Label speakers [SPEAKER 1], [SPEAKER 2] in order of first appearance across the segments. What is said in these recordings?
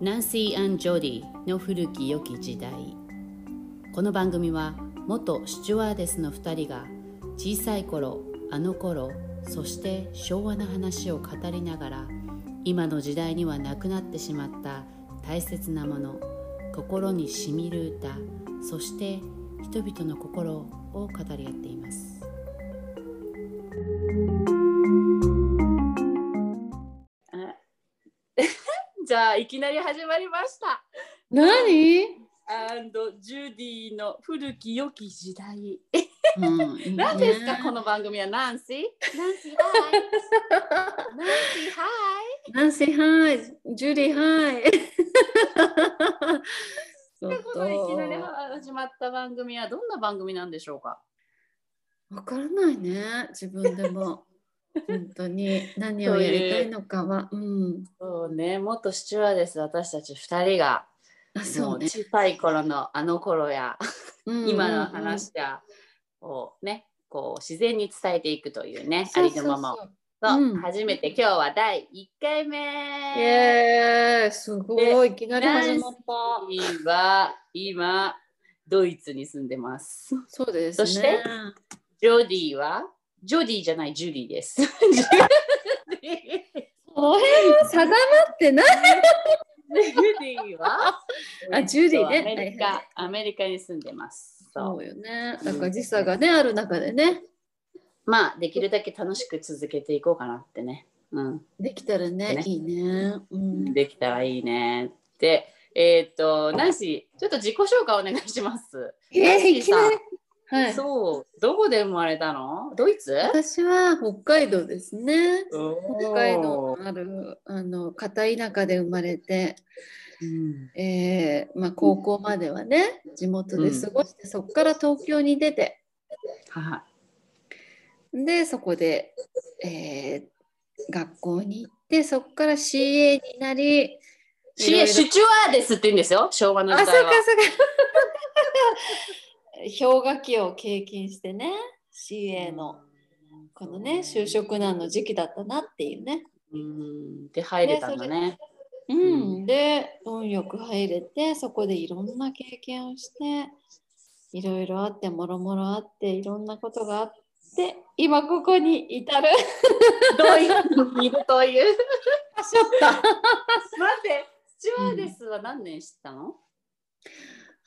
[SPEAKER 1] ナンシー・アン・ジョディの古き良き時代この番組は元スチュワーデスの2人が小さい頃あの頃そして昭和の話を語りながら今の時代にはなくなってしまった大切なもの心にしみる歌そして人々の心を語り合っています
[SPEAKER 2] じゃあいきなり始まりました。
[SPEAKER 1] 何、
[SPEAKER 2] アンドジュディの古き良き時代。
[SPEAKER 1] うん、
[SPEAKER 2] 何ですか、
[SPEAKER 1] ね
[SPEAKER 2] この番組はナンシー。ナンシーハイ。 ナンシーハ
[SPEAKER 1] ナンシー、はい。ジュリー、 はい。ち
[SPEAKER 2] イ。と
[SPEAKER 1] ょっ
[SPEAKER 2] いうことでいきなり始まった番組はどんな番組なんでしょうか。
[SPEAKER 1] わからないね、自分でも。本当に何をやりたいのかは。うん。
[SPEAKER 2] そうね、元シチュアです。私たち二人が、
[SPEAKER 1] あ、そう
[SPEAKER 2] もう
[SPEAKER 1] ね。
[SPEAKER 2] 小さい頃のあの頃や、
[SPEAKER 1] うん
[SPEAKER 2] 今の話やをね、こう自然に伝えていくというね、
[SPEAKER 1] うん
[SPEAKER 2] ありのままを
[SPEAKER 1] そうそ
[SPEAKER 2] そ
[SPEAKER 1] う
[SPEAKER 2] う、
[SPEAKER 1] うん
[SPEAKER 2] 初めて今日は第一回目。
[SPEAKER 1] そうイエーイすごい。いきなり始まった。
[SPEAKER 2] 私は今ドイツに住んでます。
[SPEAKER 1] そうですね。
[SPEAKER 2] そしてジョディはジョディじゃないジュリーです。ジュデ
[SPEAKER 1] お部屋定まってない。
[SPEAKER 2] ィ は
[SPEAKER 1] あジュリー
[SPEAKER 2] ア
[SPEAKER 1] ね
[SPEAKER 2] メリ
[SPEAKER 1] はいは
[SPEAKER 2] カアメリカに住んでます。
[SPEAKER 1] そうよね。だか
[SPEAKER 2] う
[SPEAKER 1] ら
[SPEAKER 2] ん
[SPEAKER 1] 時差がね、ある中でね。
[SPEAKER 2] うまあできるだけ楽しく続けていこうかなってね。うん、
[SPEAKER 1] できたらね
[SPEAKER 2] ね、
[SPEAKER 1] いいね。うん。
[SPEAKER 2] できたらいいねでえーっとナンシーちょっと自己紹介お願いします。ナン
[SPEAKER 1] え
[SPEAKER 2] シーさん
[SPEAKER 1] はい。
[SPEAKER 2] そうどこで生まれたの？ドイツ？
[SPEAKER 1] 私は北海道ですね。北
[SPEAKER 2] 北
[SPEAKER 1] 海道のあるあの片田舎で生まれて、えーまあ、高校まではね地元で過ごして、そこから東京に出て
[SPEAKER 2] は
[SPEAKER 1] でそこで、えー学校に行ってそこから CA になり
[SPEAKER 2] い。
[SPEAKER 1] いろいろ
[SPEAKER 2] シチュアーですって言うんですよ、昭和の
[SPEAKER 1] あそ
[SPEAKER 2] 時
[SPEAKER 1] うかそ
[SPEAKER 2] 代は
[SPEAKER 1] うか。 氷河期を経験してね CA のこのね就職難の時期だったなっていうね。
[SPEAKER 2] うん。で、入れたんだね。
[SPEAKER 1] うん、で運よく入れてそこでいろんな経験をしていろいろあってもろもろあっていろんなことがあって今ここに至る
[SPEAKER 2] ドイツにいるという。
[SPEAKER 1] しょった
[SPEAKER 2] 待って、シチュアーですは何年知ったの、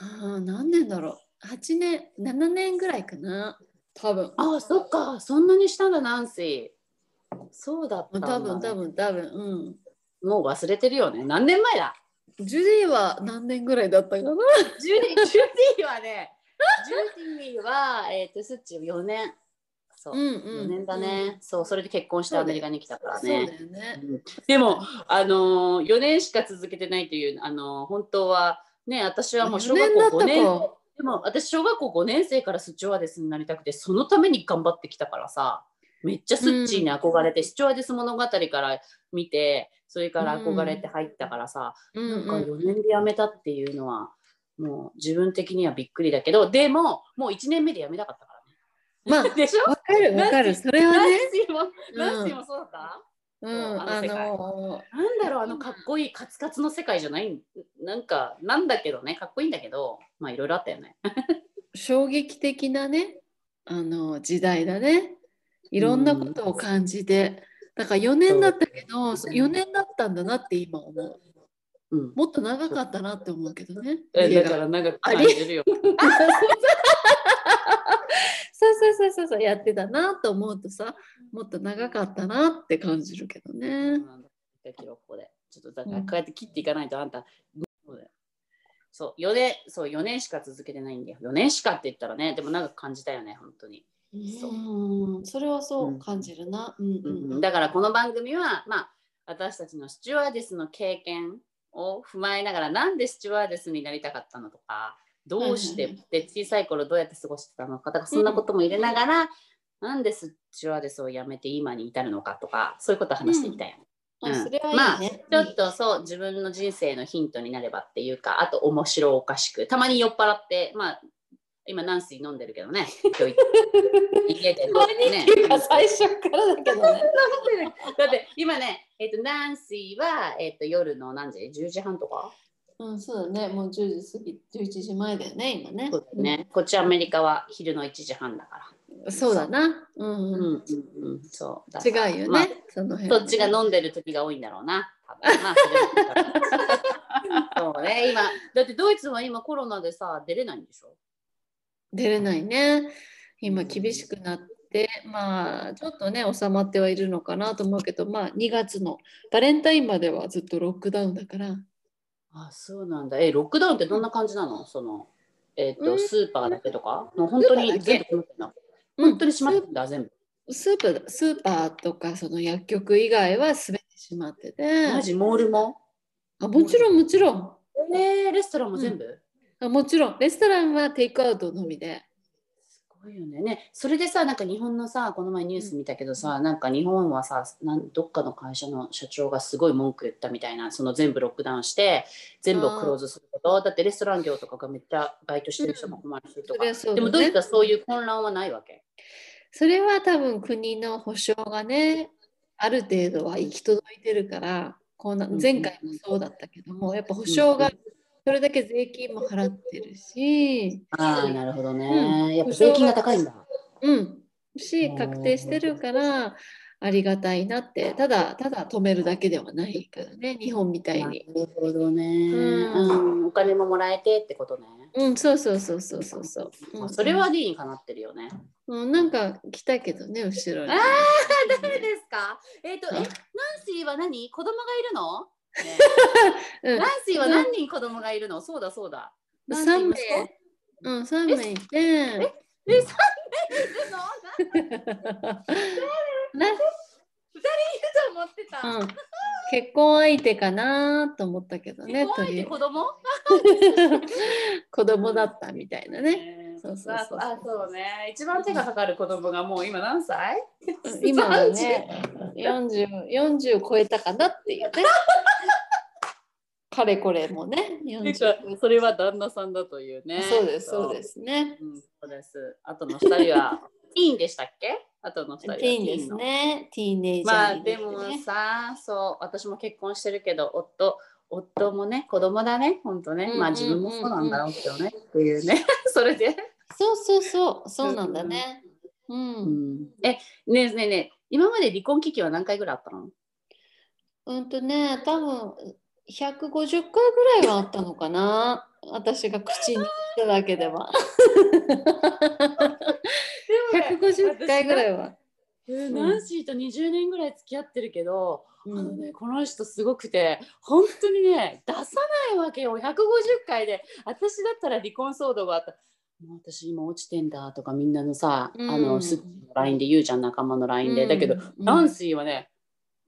[SPEAKER 1] あー何年だろう8年7年ぐらいかな多分
[SPEAKER 2] ああ、そっか、そんなにしたんだ、ナンシー。そうだったんだ、
[SPEAKER 1] 多
[SPEAKER 2] ね。
[SPEAKER 1] 分多分多分うん
[SPEAKER 2] もう忘れてるよね。何年前だ
[SPEAKER 1] ジュディは何年ぐらいだったかな
[SPEAKER 2] ジュディ、ジュディはね、ジュディは、えっ、と、スッチ4年。そう。
[SPEAKER 1] ん
[SPEAKER 2] 4年だね、そう、それで結婚してアメリカに来たから
[SPEAKER 1] そうだよね
[SPEAKER 2] でも、あのー、4年しか続けてないという、あのー、本当は、ね、私はもう小学校5年、
[SPEAKER 1] か
[SPEAKER 2] でも私、小学校5年生からスチュワーデスになりたくて、そのために頑張ってきたからさ、めっちゃスッチーに憧れて、スチュワーデス物語から見て、それから憧れて入ったからさ、
[SPEAKER 1] うん
[SPEAKER 2] なんか
[SPEAKER 1] うん
[SPEAKER 2] 4年で辞めたっていうのは、もう自分的にはびっくりだけど、でも、もう1年目で辞めたかったからね。
[SPEAKER 1] まあ
[SPEAKER 2] でしょ
[SPEAKER 1] わかるわかるそれは
[SPEAKER 2] ナン
[SPEAKER 1] ね
[SPEAKER 2] シーも、
[SPEAKER 1] うん
[SPEAKER 2] ナンシーもそうだった、
[SPEAKER 1] うん
[SPEAKER 2] あの
[SPEAKER 1] あ
[SPEAKER 2] 世界
[SPEAKER 1] の
[SPEAKER 2] なんだろうあのかっこいいカツカツの世界じゃないなんかなんだけどねかっこいいんだけどまあいろいろあったよね。
[SPEAKER 1] 衝撃的なねあの時代だねいろんなことを感じてだから4年だったけど
[SPEAKER 2] そう
[SPEAKER 1] 4年だったんだなって今思う
[SPEAKER 2] うん、
[SPEAKER 1] もっと長かったなって思うけどね
[SPEAKER 2] え
[SPEAKER 1] 家
[SPEAKER 2] だ
[SPEAKER 1] が
[SPEAKER 2] から長く感じるよ。
[SPEAKER 1] そうそうそうそうそうやってたなと思うとさもっと長かったなって感じるけど
[SPEAKER 2] そうな
[SPEAKER 1] ね
[SPEAKER 2] んだだけどここでちょっとだからこうやって切っていかないとあんた、そうだよそう4年そう4年しか続けてないんだよ4年しかって言ったらねでも長く感じたよね本当に。そう
[SPEAKER 1] うんそれはそううん感じるなうんうんうん
[SPEAKER 2] だからこの番組は、まあ、私たちのスチュワーデスの経験を踏まえながらなんでスチュワーデスになりたかったのとかどうして、
[SPEAKER 1] はいはい
[SPEAKER 2] で小さい頃どうやって過ごしてたのかとかそんなことも入れながら、なんでスチュワーデスを辞めて今に至るのかとかそういうことを話していきたいよね、
[SPEAKER 1] あそれ
[SPEAKER 2] ま
[SPEAKER 1] は
[SPEAKER 2] あ
[SPEAKER 1] いいね
[SPEAKER 2] ちょっとそう自分の人生のヒントになればっていうかあと面白おかしくたまに酔っ払ってまあ今ナンス飲んでるけど ね。今日家でね。
[SPEAKER 1] っていうか 最初からだけどね。
[SPEAKER 2] だって今ね、えっ、とナンシーはえっ、と夜の何時？10時半とか？
[SPEAKER 1] うん、そうだね。もう10時過ぎ、11時前だよね、今ね。
[SPEAKER 2] そうだね。こっちアメリカは昼の1時半だから。
[SPEAKER 1] うん。そうだな。うん
[SPEAKER 2] う
[SPEAKER 1] うんん。
[SPEAKER 2] うんうん。そう。だ
[SPEAKER 1] 違
[SPEAKER 2] から
[SPEAKER 1] うよね。
[SPEAKER 2] まあ
[SPEAKER 1] その辺は
[SPEAKER 2] そっ
[SPEAKER 1] ね
[SPEAKER 2] ちが飲んでる時が多いんだろうな。多分まあ それそうね、今、だってドイツは今コロナでさ、出れないんでしょ
[SPEAKER 1] 出れないね。今厳しくなって、まあちょっとね、収まってはいるのかなと思うけど、まあ2月のバレンタインまではずっとロックダウンだから。
[SPEAKER 2] あそうなんだ。え、ロックダウンってどんな感じなのその、えっ、
[SPEAKER 1] う
[SPEAKER 2] と、
[SPEAKER 1] ん
[SPEAKER 2] スーパーだけとか、もう本当に
[SPEAKER 1] スーパーだけ
[SPEAKER 2] 全部閉まってんの
[SPEAKER 1] 本
[SPEAKER 2] 本当に閉まってんだ、全部。
[SPEAKER 1] スーパースーパーとかその薬局以外は全て閉まってて
[SPEAKER 2] マジ、モールも
[SPEAKER 1] あもちろんもちろん
[SPEAKER 2] えー、レストランも全部、
[SPEAKER 1] あもちろんレストランはテイクアウトのみです
[SPEAKER 2] ごいよねねそれでさなんか日本のさこの前ニュース見たけどさ、なんか日本はさなんどっかの会社の社長がすごい文句言ったみたいなその全部ロックダウンして全部をクローズすることだってレストラン業とかがめっちゃバイトしてる人も困る人と
[SPEAKER 1] そ
[SPEAKER 2] か、
[SPEAKER 1] れはそう
[SPEAKER 2] で
[SPEAKER 1] だ
[SPEAKER 2] も
[SPEAKER 1] ね
[SPEAKER 2] ドイツはそういう混乱はないわけ
[SPEAKER 1] それは多分国の保障がねある程度は行き届いてるからこうな
[SPEAKER 2] うん
[SPEAKER 1] 前回もそうだったけどもやっぱ保障がそれだけ税金も払ってるし
[SPEAKER 2] ああなるほどね、
[SPEAKER 1] うん
[SPEAKER 2] やっぱ税金が高いんだ
[SPEAKER 1] うん
[SPEAKER 2] う
[SPEAKER 1] し
[SPEAKER 2] ん
[SPEAKER 1] 確定してるからありがたいなってただただ止めるだけではないからね日本みたい
[SPEAKER 2] な
[SPEAKER 1] に
[SPEAKER 2] るほどね、
[SPEAKER 1] うん
[SPEAKER 2] うんお金ももらえてってことね、
[SPEAKER 1] うん、そうそうそうそうそうそう。うん
[SPEAKER 2] まあそれは理にかなってるよね、
[SPEAKER 1] うん、なんか来たけどね、後ろに。
[SPEAKER 2] あー誰ですかえっ、と、え、ナンシーは何子供がいるの、 ね
[SPEAKER 1] うん
[SPEAKER 2] ナンシーは何人子供がいるのそうだそうだ。ナンシー
[SPEAKER 1] 三名
[SPEAKER 2] 息子い。
[SPEAKER 1] うん、三名いて。
[SPEAKER 2] るのと思っ
[SPEAKER 1] な
[SPEAKER 2] てた。
[SPEAKER 1] うん、結婚相手かなと思ったけどね、と
[SPEAKER 2] 怖いっ
[SPEAKER 1] い
[SPEAKER 2] て
[SPEAKER 1] う
[SPEAKER 2] 子供
[SPEAKER 1] 子供だったみたいなね。
[SPEAKER 2] ね
[SPEAKER 1] そうそうそう
[SPEAKER 2] あ、そうね。一番手がかかる子供がもう今何歳
[SPEAKER 1] うん今はね、40, 40超えたかなっていうね。かれこれもね、
[SPEAKER 2] て
[SPEAKER 1] 40
[SPEAKER 2] かそれは旦那さんだというね。
[SPEAKER 1] そうです、そうで。すね。
[SPEAKER 2] うん、そうです。あとの二人 は、ティーンでしたっけあとの二人
[SPEAKER 1] テ
[SPEAKER 2] は
[SPEAKER 1] ィーンで
[SPEAKER 2] の
[SPEAKER 1] すね。ティーンエイジ
[SPEAKER 2] ま
[SPEAKER 1] ャー
[SPEAKER 2] あ
[SPEAKER 1] に
[SPEAKER 2] で
[SPEAKER 1] てね
[SPEAKER 2] もさそう私も結婚してるけど夫夫もね子供だね本当ね、まあ
[SPEAKER 1] うんうんうん
[SPEAKER 2] 自分もそうなんだろうけどねっていうね それで、
[SPEAKER 1] そうそうそう、そうなんだね。うん。
[SPEAKER 2] えねえねえねえ今まで離婚危機は何回ぐらいあったの
[SPEAKER 1] うんとね、多分150回ぐらいはあったのかな。私が口にしただけでは。150回ぐら
[SPEAKER 2] い
[SPEAKER 1] いは。ん
[SPEAKER 2] ナンシーと20年ぐらい付き合ってるけど、
[SPEAKER 1] う
[SPEAKER 2] あの
[SPEAKER 1] ん、
[SPEAKER 2] ね、この人すごくて本当にね出さないわけよ150回で私だったら離婚騒動があったもう私今落ちてんだとかみんなのさ、
[SPEAKER 1] うん
[SPEAKER 2] あのスッチの LINE で言うじゃん仲間の LINE で、だけど、
[SPEAKER 1] うん
[SPEAKER 2] ナンシーはね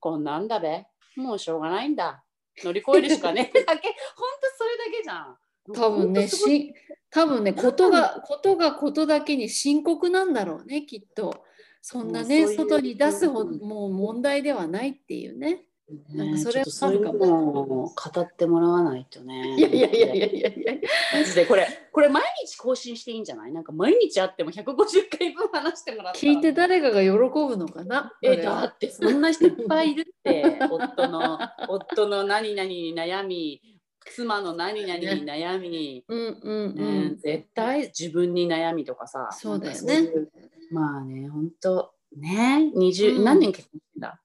[SPEAKER 2] こんなんだべもうしょうがないんだ乗り越えるしかね えだけ本当それだけじゃん
[SPEAKER 1] 多分
[SPEAKER 2] ほん
[SPEAKER 1] ね、
[SPEAKER 2] とすごい
[SPEAKER 1] し多分ね、ことが、ことがことだけに深刻なんだろうね、きっと。そんなね、
[SPEAKER 2] もうそういう
[SPEAKER 1] 外に出すほど、
[SPEAKER 2] うん
[SPEAKER 1] もう問題ではないっていうね。なんか
[SPEAKER 2] ね
[SPEAKER 1] そ
[SPEAKER 2] ちょ
[SPEAKER 1] れ
[SPEAKER 2] っとそういうのも語ってもらわないとね
[SPEAKER 1] いやいやいやいやいやいや。
[SPEAKER 2] マジでこれこれ毎日更新していいんじゃないなんか毎日会っても150回分話してもらったら
[SPEAKER 1] 聞いて誰かが喜ぶのかな。こ
[SPEAKER 2] え
[SPEAKER 1] れ
[SPEAKER 2] だ
[SPEAKER 1] は
[SPEAKER 2] ってそんな人いっぱいいるって 夫の夫の何々に悩み妻の何々に悩み、
[SPEAKER 1] うんうん
[SPEAKER 2] う
[SPEAKER 1] うんん。
[SPEAKER 2] 絶対自分に悩みとかさ
[SPEAKER 1] そうだよね
[SPEAKER 2] なんかそういうまあね本当ね20、
[SPEAKER 1] うん
[SPEAKER 2] 何年結婚してんだ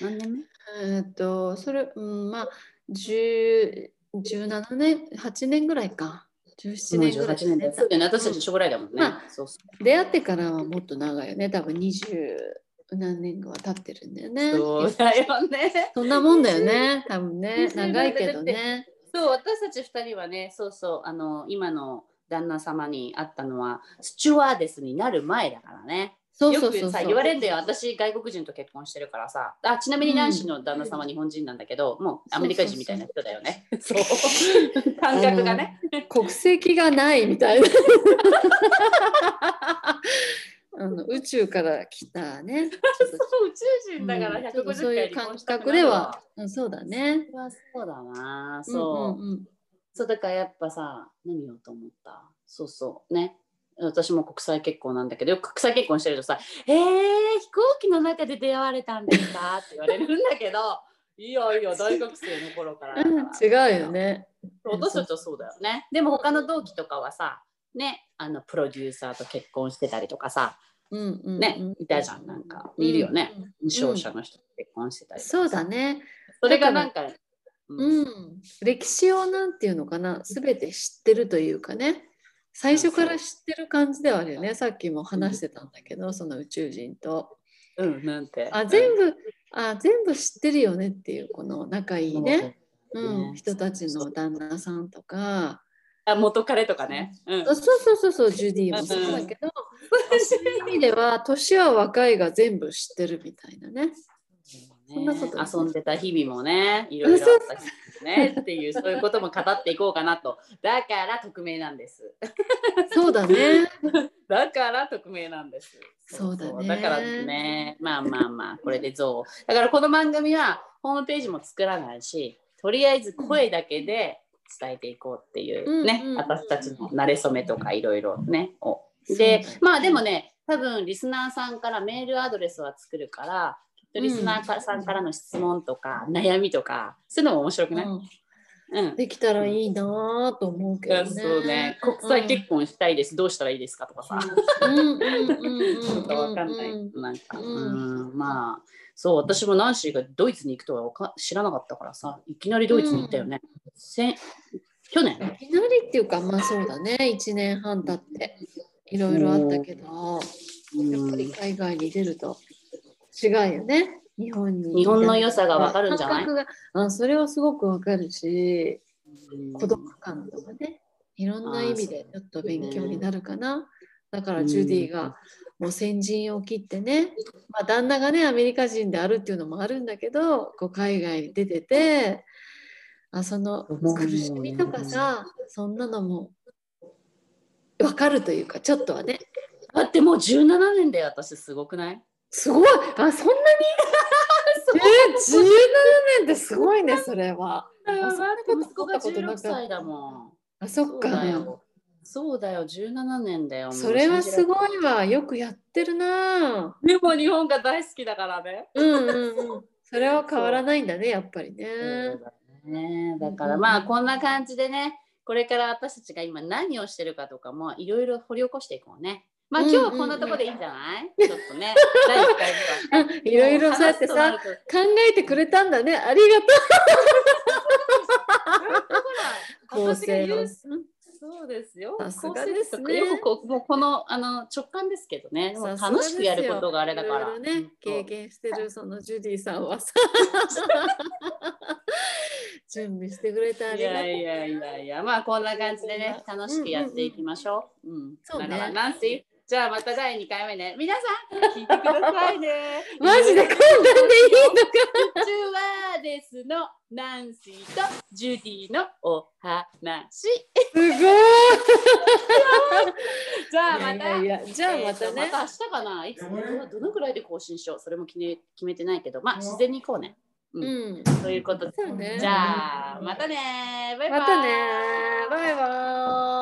[SPEAKER 2] 何年目
[SPEAKER 1] えーっと、それ、うん、まあ、10 17年、8年ぐらいか。17年ぐらい、
[SPEAKER 2] 18年だそうだよね私たち一緒ぐらいだもんね、
[SPEAKER 1] ま
[SPEAKER 2] そうそう
[SPEAKER 1] 出会ってからはもっと長いよね。多分20何年かは経ってるんだよね。
[SPEAKER 2] そうだよね
[SPEAKER 1] そんなもんだよね。多分ね。
[SPEAKER 2] 20
[SPEAKER 1] 長いけどね。
[SPEAKER 2] そう私たち2人はねそうそうあの今の旦那様に会ったのはスチュワーデスになる前だからね。
[SPEAKER 1] そうそうそ
[SPEAKER 2] よ
[SPEAKER 1] う
[SPEAKER 2] くさ
[SPEAKER 1] そう。
[SPEAKER 2] 言われるんだよ私外国人と結婚してるからさあちなみに
[SPEAKER 1] うん
[SPEAKER 2] ナンシーの旦那様は日本人なんだけど、もうアメリカ人みたいな人だよねそう感覚がね
[SPEAKER 1] 国籍がないみたいな。 あの宇宙から来たね。
[SPEAKER 2] そう宇宙人だから
[SPEAKER 1] うん
[SPEAKER 2] 150回
[SPEAKER 1] そういう
[SPEAKER 2] 離婚
[SPEAKER 1] 感
[SPEAKER 2] したく
[SPEAKER 1] 覚
[SPEAKER 2] な
[SPEAKER 1] で
[SPEAKER 2] る
[SPEAKER 1] は
[SPEAKER 2] わ、
[SPEAKER 1] うん、そうだね。
[SPEAKER 2] それはそうだなそう,、
[SPEAKER 1] うんうんうん
[SPEAKER 2] そうだからやっぱさ何をと思ったそうそうね私も国際結婚なんだけどよく国際結婚してるとさ「えー、飛行機の中で出会われたんですか?」って言われるんだけどいやいや大学生の頃からだから
[SPEAKER 1] うん、違うよね。
[SPEAKER 2] 落とすとそうだよねでも他の同期とかはさねあのプロデューサーと結婚してたりとかさ
[SPEAKER 1] うんうん、
[SPEAKER 2] ねいたじゃんなんかいるよね、
[SPEAKER 1] うんうん
[SPEAKER 2] 商社の人と結婚してたりとかさ
[SPEAKER 1] そうだね。
[SPEAKER 2] それがなんか
[SPEAKER 1] うん、歴史をなんていうのかな、すべて知ってるというかね。最初から知ってる感じではあるよね。さっきも話してたんだけど、その宇宙人と。
[SPEAKER 2] うん、うん、なんて
[SPEAKER 1] あ、全部、あ、全部知ってるよねっていう、この仲いいね。うん、人たちの旦那さんとか。
[SPEAKER 2] あ元彼とかね、うん、
[SPEAKER 1] あそうそうそうそう、ジュディもそうだけど、そういう意味では、年は若いが全部知ってるみたいなね。そんなこと
[SPEAKER 2] 遊んでた日々もね、いろいろあった日々もねっていう、そういうことも語っていこうかなと。だから匿名なんです。
[SPEAKER 1] そうだね。
[SPEAKER 2] だから匿名なんです。
[SPEAKER 1] そうだね
[SPEAKER 2] だからね、まあまあまあ、これでどう。だからこの番組はホームページも作らないし、とりあえず声だけで伝えていこうっていうね、
[SPEAKER 1] うんうん
[SPEAKER 2] 私たちの慣れ初めとかいろいろね、を
[SPEAKER 1] そうだ
[SPEAKER 2] で
[SPEAKER 1] ね、
[SPEAKER 2] まあでもね、多分リスナーさんからメールアドレスは作るから、きっとリスナーかさんからの質問とか、悩みとか、そういうのも面白くない、
[SPEAKER 1] う
[SPEAKER 2] うんん、
[SPEAKER 1] できたらいいなぁと思うけ
[SPEAKER 2] いや
[SPEAKER 1] どね。
[SPEAKER 2] そうね、国際結婚したいです、どうしたらいいですかとかさ、ち
[SPEAKER 1] うんうんうんうん
[SPEAKER 2] ょっとわかんない、
[SPEAKER 1] うん
[SPEAKER 2] なんか、
[SPEAKER 1] う
[SPEAKER 2] うんん、まあ、そう、私もナンシーがドイツに行くとはわか知らなかったからさ、いきなりドイツに行ったよね。せん去年
[SPEAKER 1] いきなりっていうかまあそうだね1年半経っていろいろあったけどやっぱり海外に出ると違うよね日本に
[SPEAKER 2] 日本の良さがわかるんじゃない
[SPEAKER 1] 感覚があそれはすごくわかるし
[SPEAKER 2] うん
[SPEAKER 1] 孤独感とかねいろんな意味でちょっと勉強になるかな。だからジュディがもう先陣を切ってね、まあ、旦那がねアメリカ人であるっていうのもあるんだけどこう海外に出ててあその苦しみとかさそんなのも分かるというかちょっとはね
[SPEAKER 2] だってもう17年だよ、私、すごくない
[SPEAKER 1] すごいあそんなに えー、17年ってすごいねそれは。あそんなこと
[SPEAKER 2] 息子が16歳だもん。
[SPEAKER 1] あそ
[SPEAKER 2] そ
[SPEAKER 1] っ
[SPEAKER 2] う
[SPEAKER 1] か
[SPEAKER 2] だよ。そうだよ、17年だよ。もう
[SPEAKER 1] それはす
[SPEAKER 2] 信じら
[SPEAKER 1] ごいわよくやってるなぁ。
[SPEAKER 2] れないでも日本が大好きだからね。
[SPEAKER 1] うんうんうん。それは変わらないんだね、やっぱりね
[SPEAKER 2] そう。だね。だからまあこんな感じでね、これから私たちが今何をしてるかとかもいろいろ掘り起こしていこうね。まあ今日はこんなとこでいいんじゃない、ちょっと ね、第1回目はね。
[SPEAKER 1] いろいろそうやってさ
[SPEAKER 2] もう話すとなる
[SPEAKER 1] 考えてくれたんだね、ありがと
[SPEAKER 2] と。ほら、
[SPEAKER 1] う。
[SPEAKER 2] 私が言う
[SPEAKER 1] うん
[SPEAKER 2] そうですよ。
[SPEAKER 1] さすがで
[SPEAKER 2] 構成力
[SPEAKER 1] すね
[SPEAKER 2] とかよくこうもうこのあの直感ですけどね。でも
[SPEAKER 1] さすがで
[SPEAKER 2] 楽
[SPEAKER 1] す
[SPEAKER 2] し
[SPEAKER 1] よ
[SPEAKER 2] くやることがあれだか
[SPEAKER 1] い
[SPEAKER 2] ら
[SPEAKER 1] ろ。いろね、
[SPEAKER 2] う
[SPEAKER 1] 経
[SPEAKER 2] ん
[SPEAKER 1] 験してるそのジュディさ んはさ、準備してくれてあ
[SPEAKER 2] い
[SPEAKER 1] りがと
[SPEAKER 2] やいやいやいや、まあこんな感じでね、楽しくやっていきましょう。うん、
[SPEAKER 1] そうね。
[SPEAKER 2] だから、なんてじゃあまた第2回目ね。皆さん、聞いてくださいね
[SPEAKER 1] う。 マジでこんなんでいいのか。
[SPEAKER 2] 宇宙はですの、ナンシーとジュディのお話。
[SPEAKER 1] すごい。
[SPEAKER 2] じゃあ
[SPEAKER 1] いや
[SPEAKER 2] ま
[SPEAKER 1] い
[SPEAKER 2] た。
[SPEAKER 1] やいや、じゃあまた
[SPEAKER 2] えー
[SPEAKER 1] ね
[SPEAKER 2] と。また明日かないつどのくらいで更新しようそれも決め決めてないけどまあ自然に行こうね
[SPEAKER 1] うん。
[SPEAKER 2] ということで
[SPEAKER 1] そうね
[SPEAKER 2] じゃあまたねバイバイ
[SPEAKER 1] またね。バイバイ。